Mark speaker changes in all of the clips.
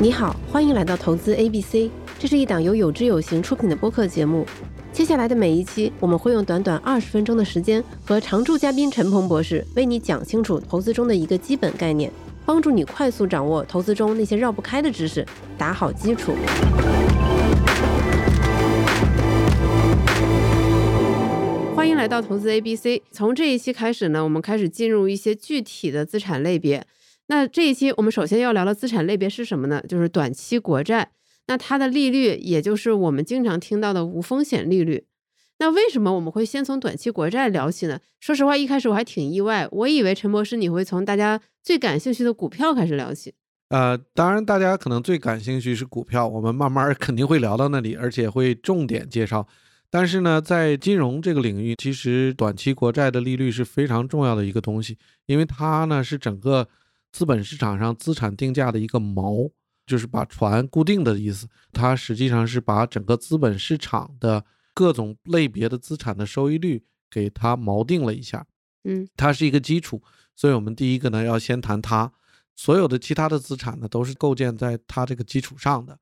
Speaker 1: 你好，欢迎来到投资 ABC，这是一档由有知有行出品的播客节目。接下来的每一期，我们会用短短二十分钟的时间，和常驻嘉宾陈鹏博士为你讲清楚投资中的一个基本概念，帮助你快速掌握投资中那些绕不开的知识，打好基础。欢迎来到投资 ABC。从这一期开始呢，我们开始进入一些具体的资产类别。那这一期我们首先要聊的资产类别是什么呢？就是短期国债。那它的利率，也就是我们经常听到的无风险利率。那为什么我们会先从短期国债聊起呢？说实话，一开始我还挺意外，我以为陈博士你会从大家最感兴趣的股票开始聊起。
Speaker 2: 呃，当然，大家可能最感兴趣是股票，我们慢慢肯定会聊到那里，而且会重点介绍。但是呢，在金融这个领域，其实短期国债的利率是非常重要的一个东西，因为它呢是整个资本市场上资产定价的一个锚，就是把船固定的意思。它实际上是把整个资本市场的各种类别的资产的收益率给它锚定了一下，
Speaker 1: 嗯
Speaker 2: 它是一个基础。所以我们第一个呢要先谈它，所有的其他的资产呢都是构建在它这个基础上的。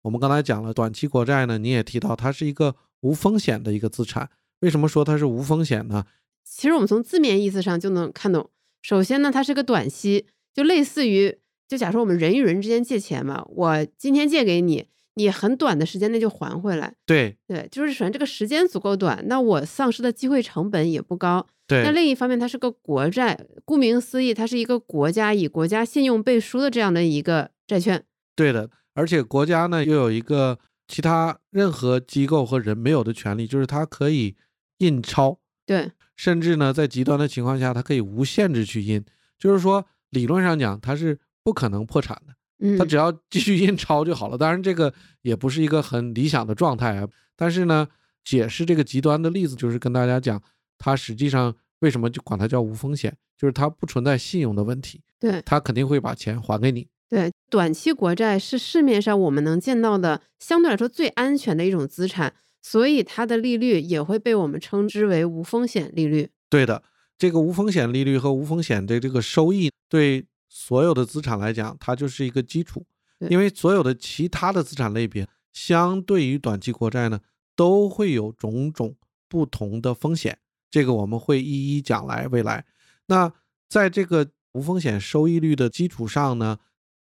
Speaker 2: 我们刚才讲了，短期国债呢，你也提到它是一个无风险的一个资产。为什么说它是无风险呢？
Speaker 1: 其实我们从字面意思上就能看懂。首先呢，它是个短期，就类似于，就假说我们人与人之间借钱嘛，我今天借给你，你很短的时间内就还回来。
Speaker 2: 对
Speaker 1: 对，就是首先这个时间足够短，那我丧失的机会成本也不高。那
Speaker 2: 对
Speaker 1: 另一方面，它是个国债，顾名思义，它是一个国家以国家信用背书的这样的一个债券。
Speaker 2: 对的，而且国家呢又有一个其他任何机构和人没有的权利，就是它可以印钞，
Speaker 1: 对，
Speaker 2: 甚至呢在极端的情况下，它可以无限制去印。就是说，理论上讲，它是不可能破产的。
Speaker 1: 嗯
Speaker 2: 它，只要继续印钞就好了。当然，这个也不是一个很理想的状态啊。但是呢，解释这个极端的例子，就是跟大家讲，它实际上为什么就管它叫无风险，就是它不存在信用的问题，
Speaker 1: 对
Speaker 2: 它肯定会把钱还给你。
Speaker 1: 对，短期国债是市面上我们能见到的相对来说最安全的一种资产，所以它的利率也会被我们称之为无风险利率。
Speaker 2: 对的，这个无风险利率和无风险的这个收益，对所有的资产来讲，它就是一个基础
Speaker 1: 对。
Speaker 2: 因为所有的其他的资产类别，相对于短期国债呢，都会有种种不同的风险，这个我们会一一讲来。未来，那在这个无风险收益率的基础上呢，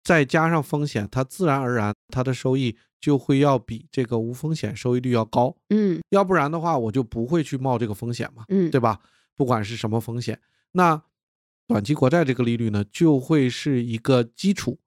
Speaker 2: 再加上风险，它自然而然它的收益就会要比这个无风险收益率要高。
Speaker 1: 嗯
Speaker 2: 要不然的话，我就不会去冒这个风险嘛。
Speaker 1: 嗯，
Speaker 2: 对吧？不管是什么风险，那短期国债这个利率呢，就会是一个基础，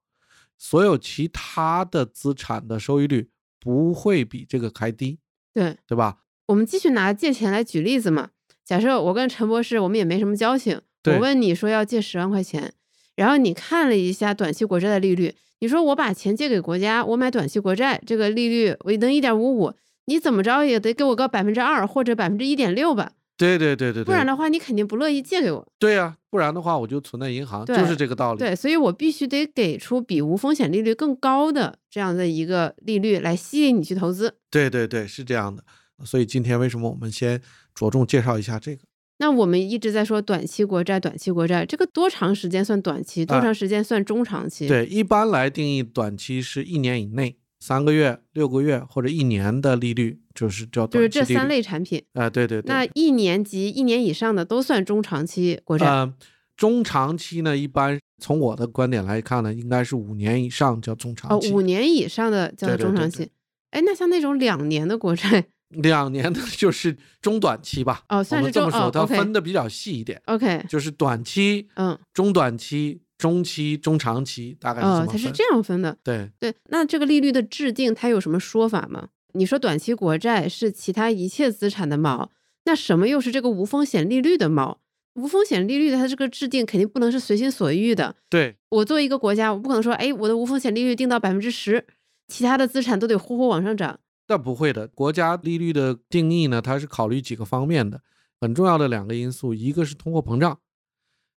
Speaker 2: 所有其他的资产的收益率不会比这个还低，
Speaker 1: 对。
Speaker 2: 对吧？
Speaker 1: 我们继续拿借钱来举例子嘛。假设我跟陈博士，我们也没什么交情，我
Speaker 2: 对
Speaker 1: 问你说要借十万块钱，然后你看了一下短期国债的利率，你说我把钱借给国家，我买短期国债，这个利率我能一点五五，你怎么着也得给我个百分之二或者百分之一点六吧，
Speaker 2: 对对对对对，
Speaker 1: 不然的话你肯定不乐意借给我。
Speaker 2: 对呀、不然的话我就存在银行，就
Speaker 1: 对
Speaker 2: 是这个道理。
Speaker 1: 对，所以我必须得给出比无风险利率更高的这样的一个利率来吸引你去投资。
Speaker 2: 对对对，是这样的。所以今天为什么我们先着重介绍一下这个？
Speaker 1: 那我们一直在说短期国债，短期国债这个多长时间算短期，多
Speaker 2: 啊
Speaker 1: 长时间算中长期？
Speaker 2: 对，一般来定义短期是一年以内，三个月、六个月或者一年的利率，就是叫
Speaker 1: 就是
Speaker 2: 短期
Speaker 1: 这
Speaker 2: 利率。
Speaker 1: 三类产品。
Speaker 2: 啊、对对对。
Speaker 1: 那一年及一年以上的都算中长期国债。
Speaker 2: 呃，中长期呢，一般从我的观点来看呢，应该是五年以上叫中
Speaker 1: 哦
Speaker 2: 长，期，
Speaker 1: 五年以上的叫做
Speaker 2: 对对
Speaker 1: 中
Speaker 2: 对
Speaker 1: 长
Speaker 2: 对
Speaker 1: 期。哎，那像那种两年的国债
Speaker 2: 两年的就是中短期吧。
Speaker 1: 哦算
Speaker 2: 我
Speaker 1: 是
Speaker 2: 们这
Speaker 1: 中
Speaker 2: 么说，
Speaker 1: 哦
Speaker 2: 它
Speaker 1: ，OK
Speaker 2: 分的比较细一点，
Speaker 1: ，OK，
Speaker 2: 就是短期、
Speaker 1: 嗯，
Speaker 2: 中短期、中期、中长期，大概是
Speaker 1: 哦
Speaker 2: 这，么
Speaker 1: 它
Speaker 2: 分。
Speaker 1: 是这样分的。
Speaker 2: 对
Speaker 1: 对，那这个利率的制定，它有什么说法吗？你说短期国债是其他一切资产的锚，那什么又是这个无风险利率的锚？无风险利率的它这个制定肯定不能是随心所欲的。
Speaker 2: 对
Speaker 1: 我作为一个国家，我不可能说，哎，我的无风险利率定到百分之十，其他的资产都得呼呼往上涨。
Speaker 2: 那不会的，国家利率的定义呢，它是考虑几个方面的，很重要的两个因素，一个是通货膨胀，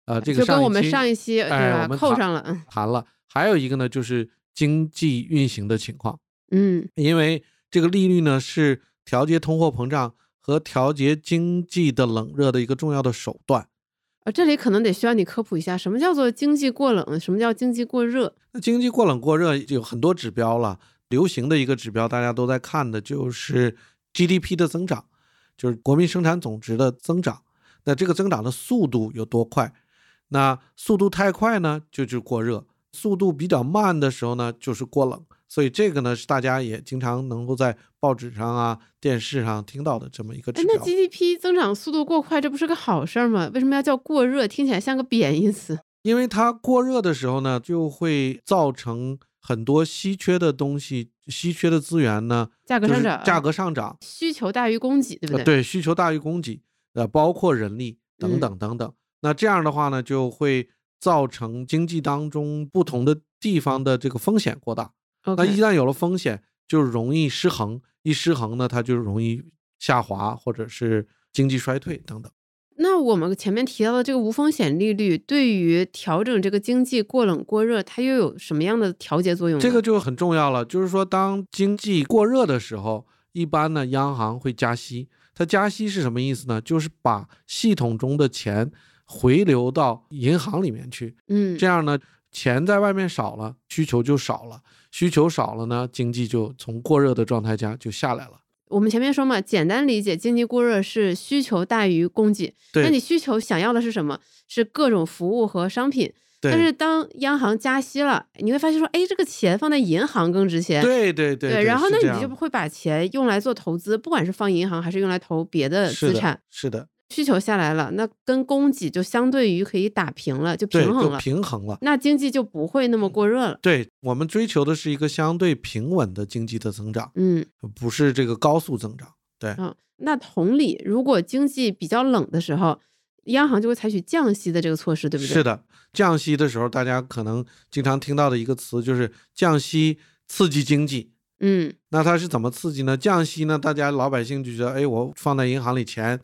Speaker 2: 呃，这个
Speaker 1: 就跟我
Speaker 2: 一
Speaker 1: 们
Speaker 2: 期
Speaker 1: 上一期对
Speaker 2: 哎
Speaker 1: 吧
Speaker 2: 我们
Speaker 1: 扣
Speaker 2: 谈
Speaker 1: 上了，嗯
Speaker 2: 谈了，还有一个呢就是经济运行的情况。
Speaker 1: 嗯
Speaker 2: 因为这个利率呢是调节通货膨胀和调节经济的冷热的一个重要的手段。
Speaker 1: 呃，这里可能得需要你科普一下，什么叫做经济过冷，什么叫经济过热？
Speaker 2: 那经济过冷过热有很多指标了，流行的一个指标大家都在看的就是 GDP 的增长，就是国民生产总值的增长。那这个增长的速度有多快？那速度太快呢，就就过热；速度比较慢的时候呢，就是过冷。所以这个呢是大家也经常能够在报纸上啊、电视上听到的这么一个指
Speaker 1: 哎，那
Speaker 2: 标。
Speaker 1: GDP 增长速度过快，这不是个好事儿吗？为什么要叫过热？听起来像个贬义词。
Speaker 2: 因为它过热的时候呢，就会造成很多稀缺的东西、稀缺的资源呢，
Speaker 1: 价格
Speaker 2: 就
Speaker 1: 上
Speaker 2: 是
Speaker 1: 涨，
Speaker 2: 价格上涨，
Speaker 1: 需求大于供给，对不
Speaker 2: 呃
Speaker 1: 对？
Speaker 2: 对需求大于供给，呃，包括人力等
Speaker 1: 嗯
Speaker 2: 等等等。那这样的话呢，就会造成经济当中不同的地方的这个风险过大。那
Speaker 1: OK，
Speaker 2: 一旦有了风险，就容易失衡，一失衡呢，它就容易下滑或者是经济衰退等等。
Speaker 1: 那我们前面提到的这个无风险利率，对于调整这个经济过冷过热，它又有什么样的调节作用呢？
Speaker 2: 这个就很重要了，就是说，当经济过热的时候，一般呢，央行会加息。它加息是什么意思呢？就是把系统中的钱回流到银行里面去，
Speaker 1: 嗯，
Speaker 2: 这样呢，钱在外面少了，需求就少了，需求少了呢，经济就从过热的状态下就下来了。
Speaker 1: 我们前面说嘛，简单理解，经济过热是需求大于供给。
Speaker 2: 对
Speaker 1: 那你需求想要的是什么？是各种服务和商品。但是
Speaker 2: 对
Speaker 1: 当央行加息了，你会发现说，哎，这个钱放在银行更值钱。
Speaker 2: 对对
Speaker 1: 对
Speaker 2: 对
Speaker 1: 然后
Speaker 2: 是
Speaker 1: 呢，
Speaker 2: 这
Speaker 1: 你
Speaker 2: 样
Speaker 1: 就
Speaker 2: 的
Speaker 1: 会把钱用来做投资，不管是放银行还是用来投别的
Speaker 2: 是
Speaker 1: 资
Speaker 2: 的
Speaker 1: 产。
Speaker 2: 是的，
Speaker 1: 需求下来了，那跟供给就相对于可以打平了，就
Speaker 2: 对，
Speaker 1: 平衡
Speaker 2: 就
Speaker 1: 了，
Speaker 2: 平嗯衡了。
Speaker 1: 那经济就不会那么过热了。
Speaker 2: 对我们追求的是一个相对平稳的经济的增长，
Speaker 1: 嗯
Speaker 2: 不是这个高速增长。对，
Speaker 1: 啊，那同理，如果经济比较冷的时候，央行就会采取降息的这个措施，对不对？
Speaker 2: 是的，降息的时候，大家可能经常听到的一个词就是降息刺激经济。
Speaker 1: 嗯，
Speaker 2: 那它是怎么刺激呢？降息呢，大家老百姓就觉得，哎，我放在银行里钱，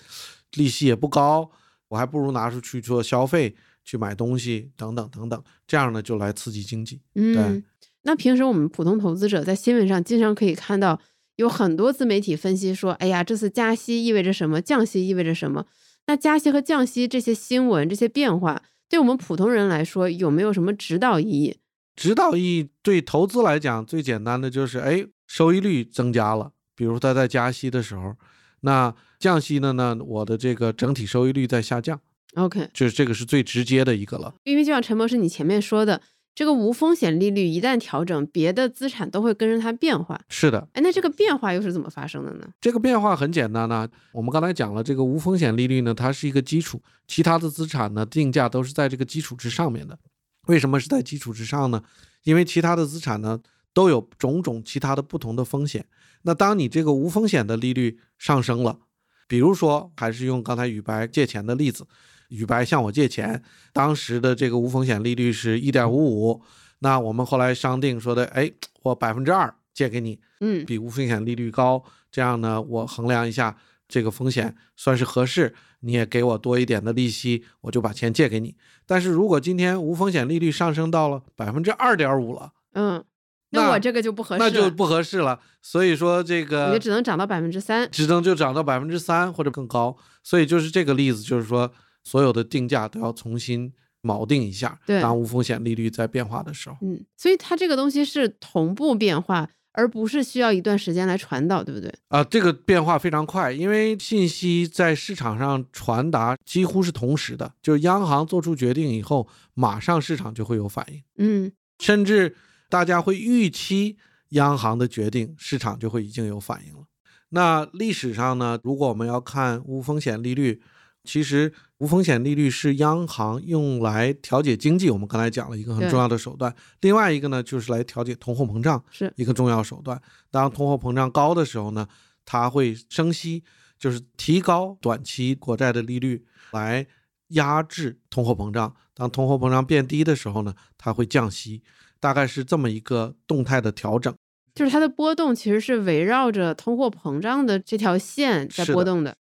Speaker 2: 利息也不高，我还不如拿出去做消费，去买东西等等等等，这样呢就来刺激经济。
Speaker 1: 嗯，那平时我们普通投资者在新闻上经常可以看到，有很多自媒体分析说，哎呀，这次加息意味着什么，降息意味着什么。那加息和降息这些新闻、这些变化，对我们普通人来说有没有什么指导意义？
Speaker 2: 指导意义对投资来讲，最简单的就是，哎，收益率增加了。比如它在加息的时候，那降息呢呢，我的这个整体收益率在下降，
Speaker 1: OK，
Speaker 2: 就是这个是最直接的一个了。
Speaker 1: 因为就像陈博士你前面说的，这个无风险利率一旦调整，别的资产都会跟着它变化。
Speaker 2: 是的，
Speaker 1: 哎，那这个变化又是怎么发生的呢？
Speaker 2: 这个变化很简单呐、我们刚才讲了，这个无风险利率呢，它是一个基础，其他的资产呢定价都是在这个基础之上面的。为什么是在基础之上呢？因为其他的资产呢都有种种其他的不同的风险。那当你这个无风险的利率上升了，比如说还是用刚才宇白借钱的例子，宇白向我借钱，当时的这个无风险利率是一点五五，那我们后来商定说的，哎，我百分之二借给你，
Speaker 1: 嗯
Speaker 2: 比无风险利率高，这样呢，我衡量一下这个风险算是合适，你也给我多一点的利息，我就把钱借给你。但是如果今天无风险利率上升到了百分之二点五了，
Speaker 1: 嗯，
Speaker 2: 那
Speaker 1: 我这个就不合适
Speaker 2: 那
Speaker 1: 了，
Speaker 2: 就呃不合适了。所以说这
Speaker 1: 我
Speaker 2: 个
Speaker 1: 就只能涨到百分之三。
Speaker 2: 只能就涨到百分之三或者更高。所以就是这个例子，就是说所有的定价都要重新锚定一下。
Speaker 1: 对
Speaker 2: 当无风险利率在变化的时候，
Speaker 1: 嗯，所以它这个东西是同步变化，而不是需要一段时间来传导，对不嗯对？
Speaker 2: 啊、这个变化非常快，因为信息在市场上传达几乎是同时的，就是央行做出决定以后，马上市场就会有反应，
Speaker 1: 嗯
Speaker 2: 甚至大家会预期央行的决定，市场就会已经有反应了。那历史上呢，如果我们要看无风险利率，其实无风险利率是央行用来调节经济，我们刚才讲了一个很
Speaker 1: 对
Speaker 2: 重要的手段。另外一个呢，就是来调节通货膨胀，
Speaker 1: 是
Speaker 2: 一个重要手段。当通货膨胀高的时候呢，它会升息，就是提高短期国债的利率来压制通货膨胀。当通货膨胀变低的时候呢，它会降息，大概是这么一个动态的调整。
Speaker 1: 就是它的波动其实是围绕着通货膨胀的这条线在
Speaker 2: 是
Speaker 1: 波
Speaker 2: 的
Speaker 1: 动的。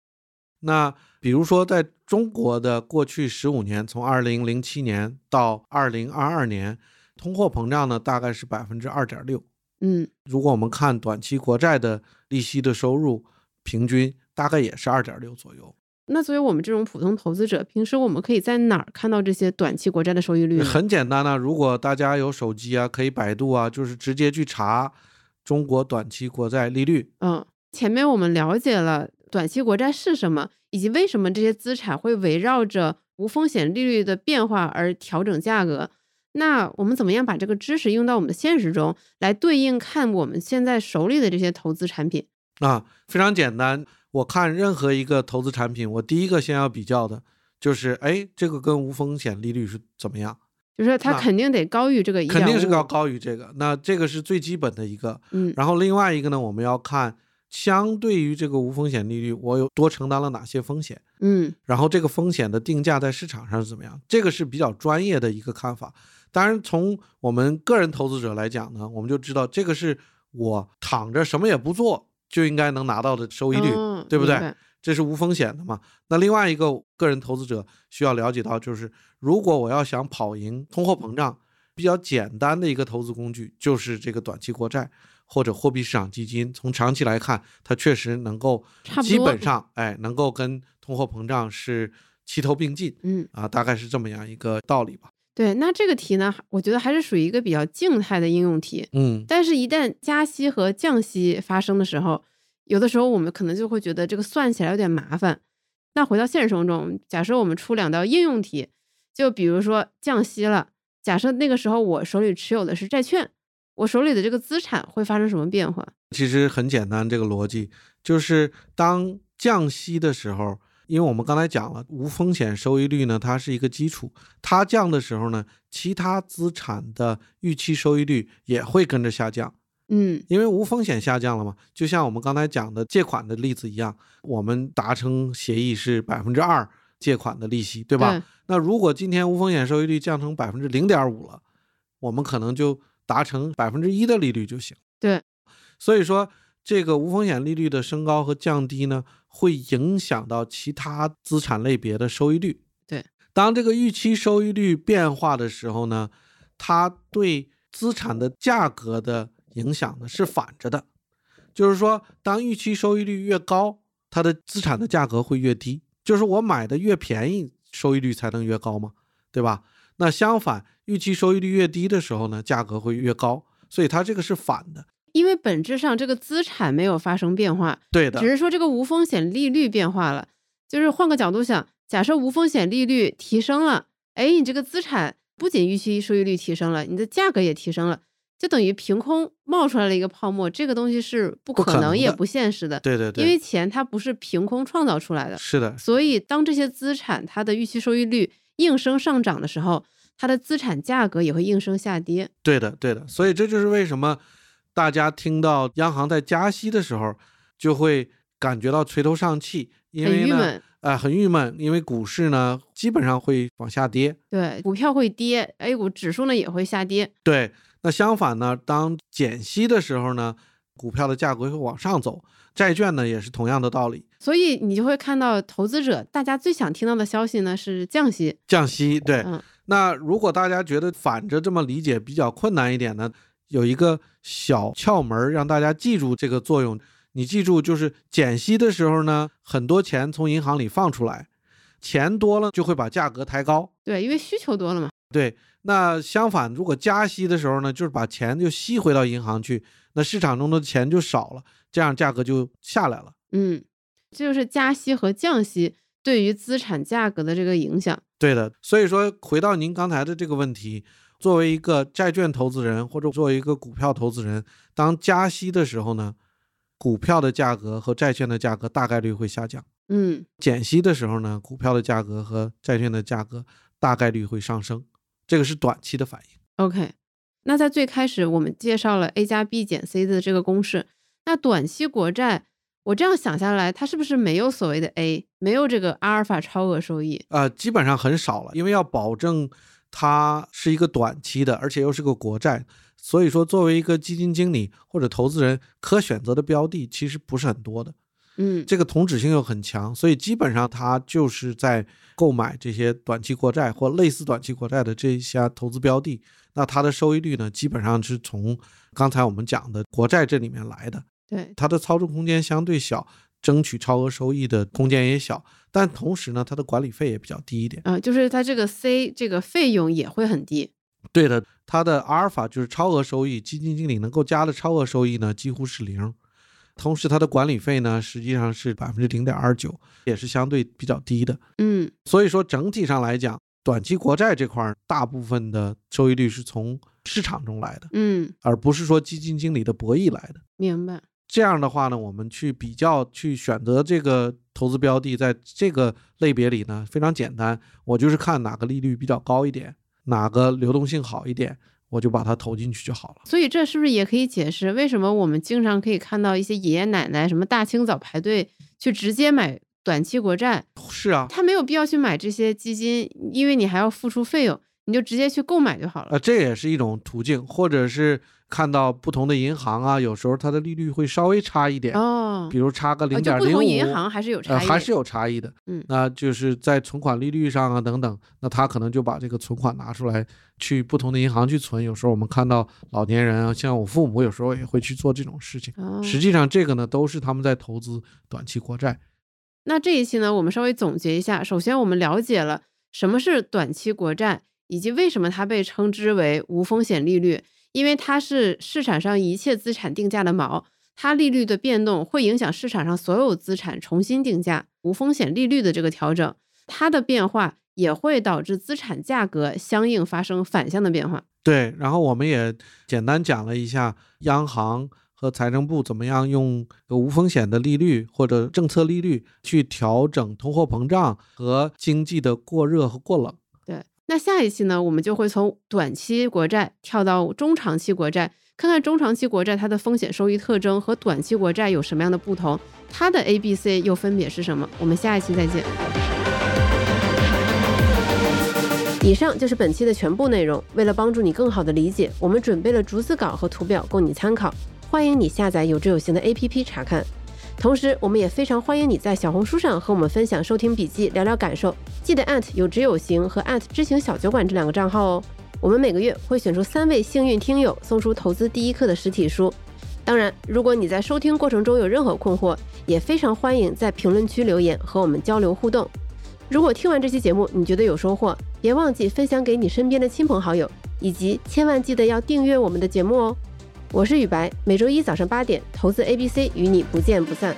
Speaker 2: 那比如说，在中国的过去十五年，从二零零七年到二零二二年，通货膨胀呢大概是百分之二点六。
Speaker 1: 嗯
Speaker 2: 如果我们看短期国债的利息的收入，平均大概也是二点六左右。
Speaker 1: 那作为我们这种普通投资者，平时我们可以在哪儿看到这些短期国债的收益率呢？
Speaker 2: 很简单呐、啊如果大家有手机啊，可以百度啊，就是直接去查中国短期国债利率。
Speaker 1: 嗯，前面我们了解了短期国债是什么，以及为什么这些资产会围绕着无风险利率的变化而调整价格。那我们怎么样把这个知识用到我们的现实中来，对应看我们现在手里的这些投资产品？
Speaker 2: 啊，非常简单。我看任何一个投资产品，我第一个先要比较的就是，哎，这个跟无风险利率是怎么样？
Speaker 1: 就是它
Speaker 2: 那
Speaker 1: 肯定得高于这个一
Speaker 2: 肯
Speaker 1: 点
Speaker 2: 定是
Speaker 1: 五
Speaker 2: 要，高于这个。那这个是最基本的一个。
Speaker 1: 嗯
Speaker 2: 然后另外一个呢，我们要看相对于这个无风险利率，我有多承担了哪些风险，
Speaker 1: 嗯
Speaker 2: 然后这个风险的定价在市场上是怎么样，这个是比较专业的一个看法。当然，从我们个人投资者来讲呢，我们就知道这个是我躺着什么也不做就应该能拿到的收益率，
Speaker 1: 嗯
Speaker 2: 对不对
Speaker 1: 明白
Speaker 2: 这是无风险的嘛。那另外一个个人投资者需要了解到，就是如果我要想跑赢通货膨胀，比较简单的一个投资工具就是这个短期国债或者货币市场基金。从长期来看，它确实能够
Speaker 1: 差不
Speaker 2: 基
Speaker 1: 多
Speaker 2: 本上哎能够跟通货膨胀是齐头并进
Speaker 1: 嗯。
Speaker 2: 啊，大概是这么样一个道理吧。
Speaker 1: 对，那这个题呢，我觉得还是属于一个比较静态的应用题。
Speaker 2: 嗯，
Speaker 1: 但是，一旦加息和降息发生的时候，有的时候我们可能就会觉得这个算起来有点麻烦。那回到现实生活中，假设我们出两道应用题，就比如说降息了，假设那个时候我手里持有的是债券，我手里的这个资产会发生什么变化？
Speaker 2: 其实很简单，这个逻辑就是当降息的时候，因为我们刚才讲了无风险收益率呢，它是一个基础，它降的时候呢，其他资产的预期收益率也会跟着下降，
Speaker 1: 嗯
Speaker 2: 因为无风险下降了嘛。就像我们刚才讲的借款的例子一样，我们达成协议是百分之二借款的利息，对吧？
Speaker 1: 对
Speaker 2: 那如果今天无风险收益率降成百分之零点五了，我们可能就达成百分之一的利率就行。
Speaker 1: 对，
Speaker 2: 所以说这个无风险利率的升高和降低呢，会影响到其他资产类别的收益率。
Speaker 1: 对，
Speaker 2: 当这个预期收益率变化的时候呢，它对资产的价格的影响呢是反着的，就是说，当预期收益率越高，它的资产的价格会越低，就是我买的越便宜，收益率才能越高嘛，对吧？那相反，预期收益率越低的时候呢，价格会越高，所以它这个是反的。
Speaker 1: 因为本质上这个资产没有发生变化，
Speaker 2: 对的，
Speaker 1: 只是说这个无风险利率变化了。就是换个角度想，假设无风险利率提升了，哎，你这个资产不仅预期收益率提升了，你的价格也提升了，就等于凭空冒出来了一个泡沫。这个东西是不
Speaker 2: 不可
Speaker 1: 可能
Speaker 2: 能
Speaker 1: 也
Speaker 2: 的
Speaker 1: 不现实的，
Speaker 2: 对对对，
Speaker 1: 因为钱它不是凭空创造出来的。
Speaker 2: 是的，
Speaker 1: 所以，当这些资产它的预期收益率应声上涨的时候，它的资产价格也会应声下跌。
Speaker 2: 对的，对的。所以这就是为什么大家听到央行在加息的时候，就会感觉到垂头丧气，因
Speaker 1: 很
Speaker 2: 为
Speaker 1: 郁
Speaker 2: 呢，
Speaker 1: 闷，
Speaker 2: 呃，很郁闷，因为股市呢基本上会往下跌。
Speaker 1: 对，股票会跌，A 股指数呢也会下跌，
Speaker 2: 对，那相反呢，当减息的时候呢，股票的价格会往上走，债券呢也是同样的道理。
Speaker 1: 所以你就会看到投资者大家最想听到的消息呢是降息，
Speaker 2: 降息，对。
Speaker 1: 嗯
Speaker 2: 那如果大家觉得反着这么理解比较困难一点呢，有一个小窍门儿让大家记住这个作用。你记住，就是减息的时候呢，很多钱从银行里放出来，钱多了就会把价格抬高。
Speaker 1: 对，因为需求多了嘛，
Speaker 2: 对，那相反，如果加息的时候呢，就是把钱就吸回到银行去，那市场中的钱就少了，这样价格就下来了。
Speaker 1: 嗯，这就是加息和降息对于资产价格的这个影响，
Speaker 2: 对的，所以说回到您刚才的这个问题，作为一个债券投资人或者作为一个股票投资人，当加息的时候呢，股票的价格和债券的价格大概率会下降；
Speaker 1: 嗯，
Speaker 2: 减息的时候呢，股票的价格和债券的价格大概率会上升，这个是短期的反应。
Speaker 1: OK，那在最开始我们介绍了 A 加 B 减 C 的这个公式。那短期国债，我这样想下来，它是不是没有所谓的 A，没有这个阿尔法超额收益？
Speaker 2: 呃，基本上很少了，因为要保证它是一个短期的，而且又是个国债，所以说作为一个基金经理或者投资人，可选择的标的其实不是很多的。
Speaker 1: 嗯，
Speaker 2: 这个同质性又很强，所以基本上它就是在购买这些短期国债或类似短期国债的这一些投资标的。那它的收益率呢，基本上是从刚才我们讲的国债这里面来的，
Speaker 1: 对，
Speaker 2: 它的操作空间相对小，争取超额收益的空间也小，但同时呢，它的管理费也比较低一点。
Speaker 1: 啊、就是它这个 C 这个费用也会很低。
Speaker 2: 对的，它的阿尔法就是超额收益，基金经理能够加的超额收益呢几乎是零，同时它的管理费呢实际上是百分之零点二九，也是相对比较低的。
Speaker 1: 嗯
Speaker 2: 所以说整体上来讲，短期国债这块儿大部分的收益率是从市场中来的，
Speaker 1: 嗯，
Speaker 2: 而不是说基金经理的博弈来的。
Speaker 1: 明白。
Speaker 2: 这样的话呢，我们去比较去选择这个投资标的，在这个类别里呢非常简单，我就是看哪个利率比较高一点，哪个流动性好一点，我就把它投进去就好了。
Speaker 1: 所以这是不是也可以解释为什么我们经常可以看到一些爷爷奶奶什么大清早排队去直接买短期国债？
Speaker 2: 是啊，
Speaker 1: 他没有必要去买这些基金，因为你还要付出费用，你就直接去购买就好了。
Speaker 2: 呃，这也是一种途径，或者是看到不同的银行啊，有时候它的利率会稍微差一点，
Speaker 1: 哦
Speaker 2: 呃比，如差个零
Speaker 1: 啊就
Speaker 2: 点
Speaker 1: 不
Speaker 2: 零五，
Speaker 1: 同银行还是有差
Speaker 2: 呃，
Speaker 1: 异的，
Speaker 2: 还是有差异的。
Speaker 1: 嗯
Speaker 2: 那就是在存款利率上啊等等，那他可能就把这个存款拿出来去不同的银行去存。有时候我们看到老年人啊，像我父母有时候也会去做这种事情。
Speaker 1: 哦
Speaker 2: 实际上，这个呢都是他们在投资短期国债。
Speaker 1: 那这一期呢，我们稍微总结一下。首先，我们了解了什么是短期国债，以及为什么它被称之为无风险利率，因为它是市场上一切资产定价的锚，它利率的变动会影响市场上所有资产重新定价。无风险利率的这个调整，它的变化也会导致资产价格相应发生反向的变化。
Speaker 2: 对，然后我们也简单讲了一下央行和财政部怎么样用无风险的利率或者政策利率去调整通货膨胀和经济的过热和过冷。
Speaker 1: 对，那下一期呢，我们就会从短期国债跳到中长期国债，看看中长期国债它的风险收益特征和短期国债有什么样的不同，它的 A、B、C 又分别是什么？我们下一期再见。以上就是本期的全部内容。为了帮助你更好的理解，我们准备了逐字稿和图表供你参考，欢迎你下载有知有行的 APP 查看。同时，我们也非常欢迎你在小红书上和我们分享收听笔记，聊聊感受。记得有知有行和知行小酒馆这两个账号哦。我们每个月会选出三位幸运听友，送出《投资第一课》的实体书。当然，如果你在收听过程中有任何困惑，也非常欢迎在评论区留言和我们交流互动。如果听完这期节目你觉得有收获，别忘记分享给你身边的亲朋好友，以及千万记得要订阅我们的节目哦。我是雨白，每周一早上八点，投资 ABC 与你不见不散。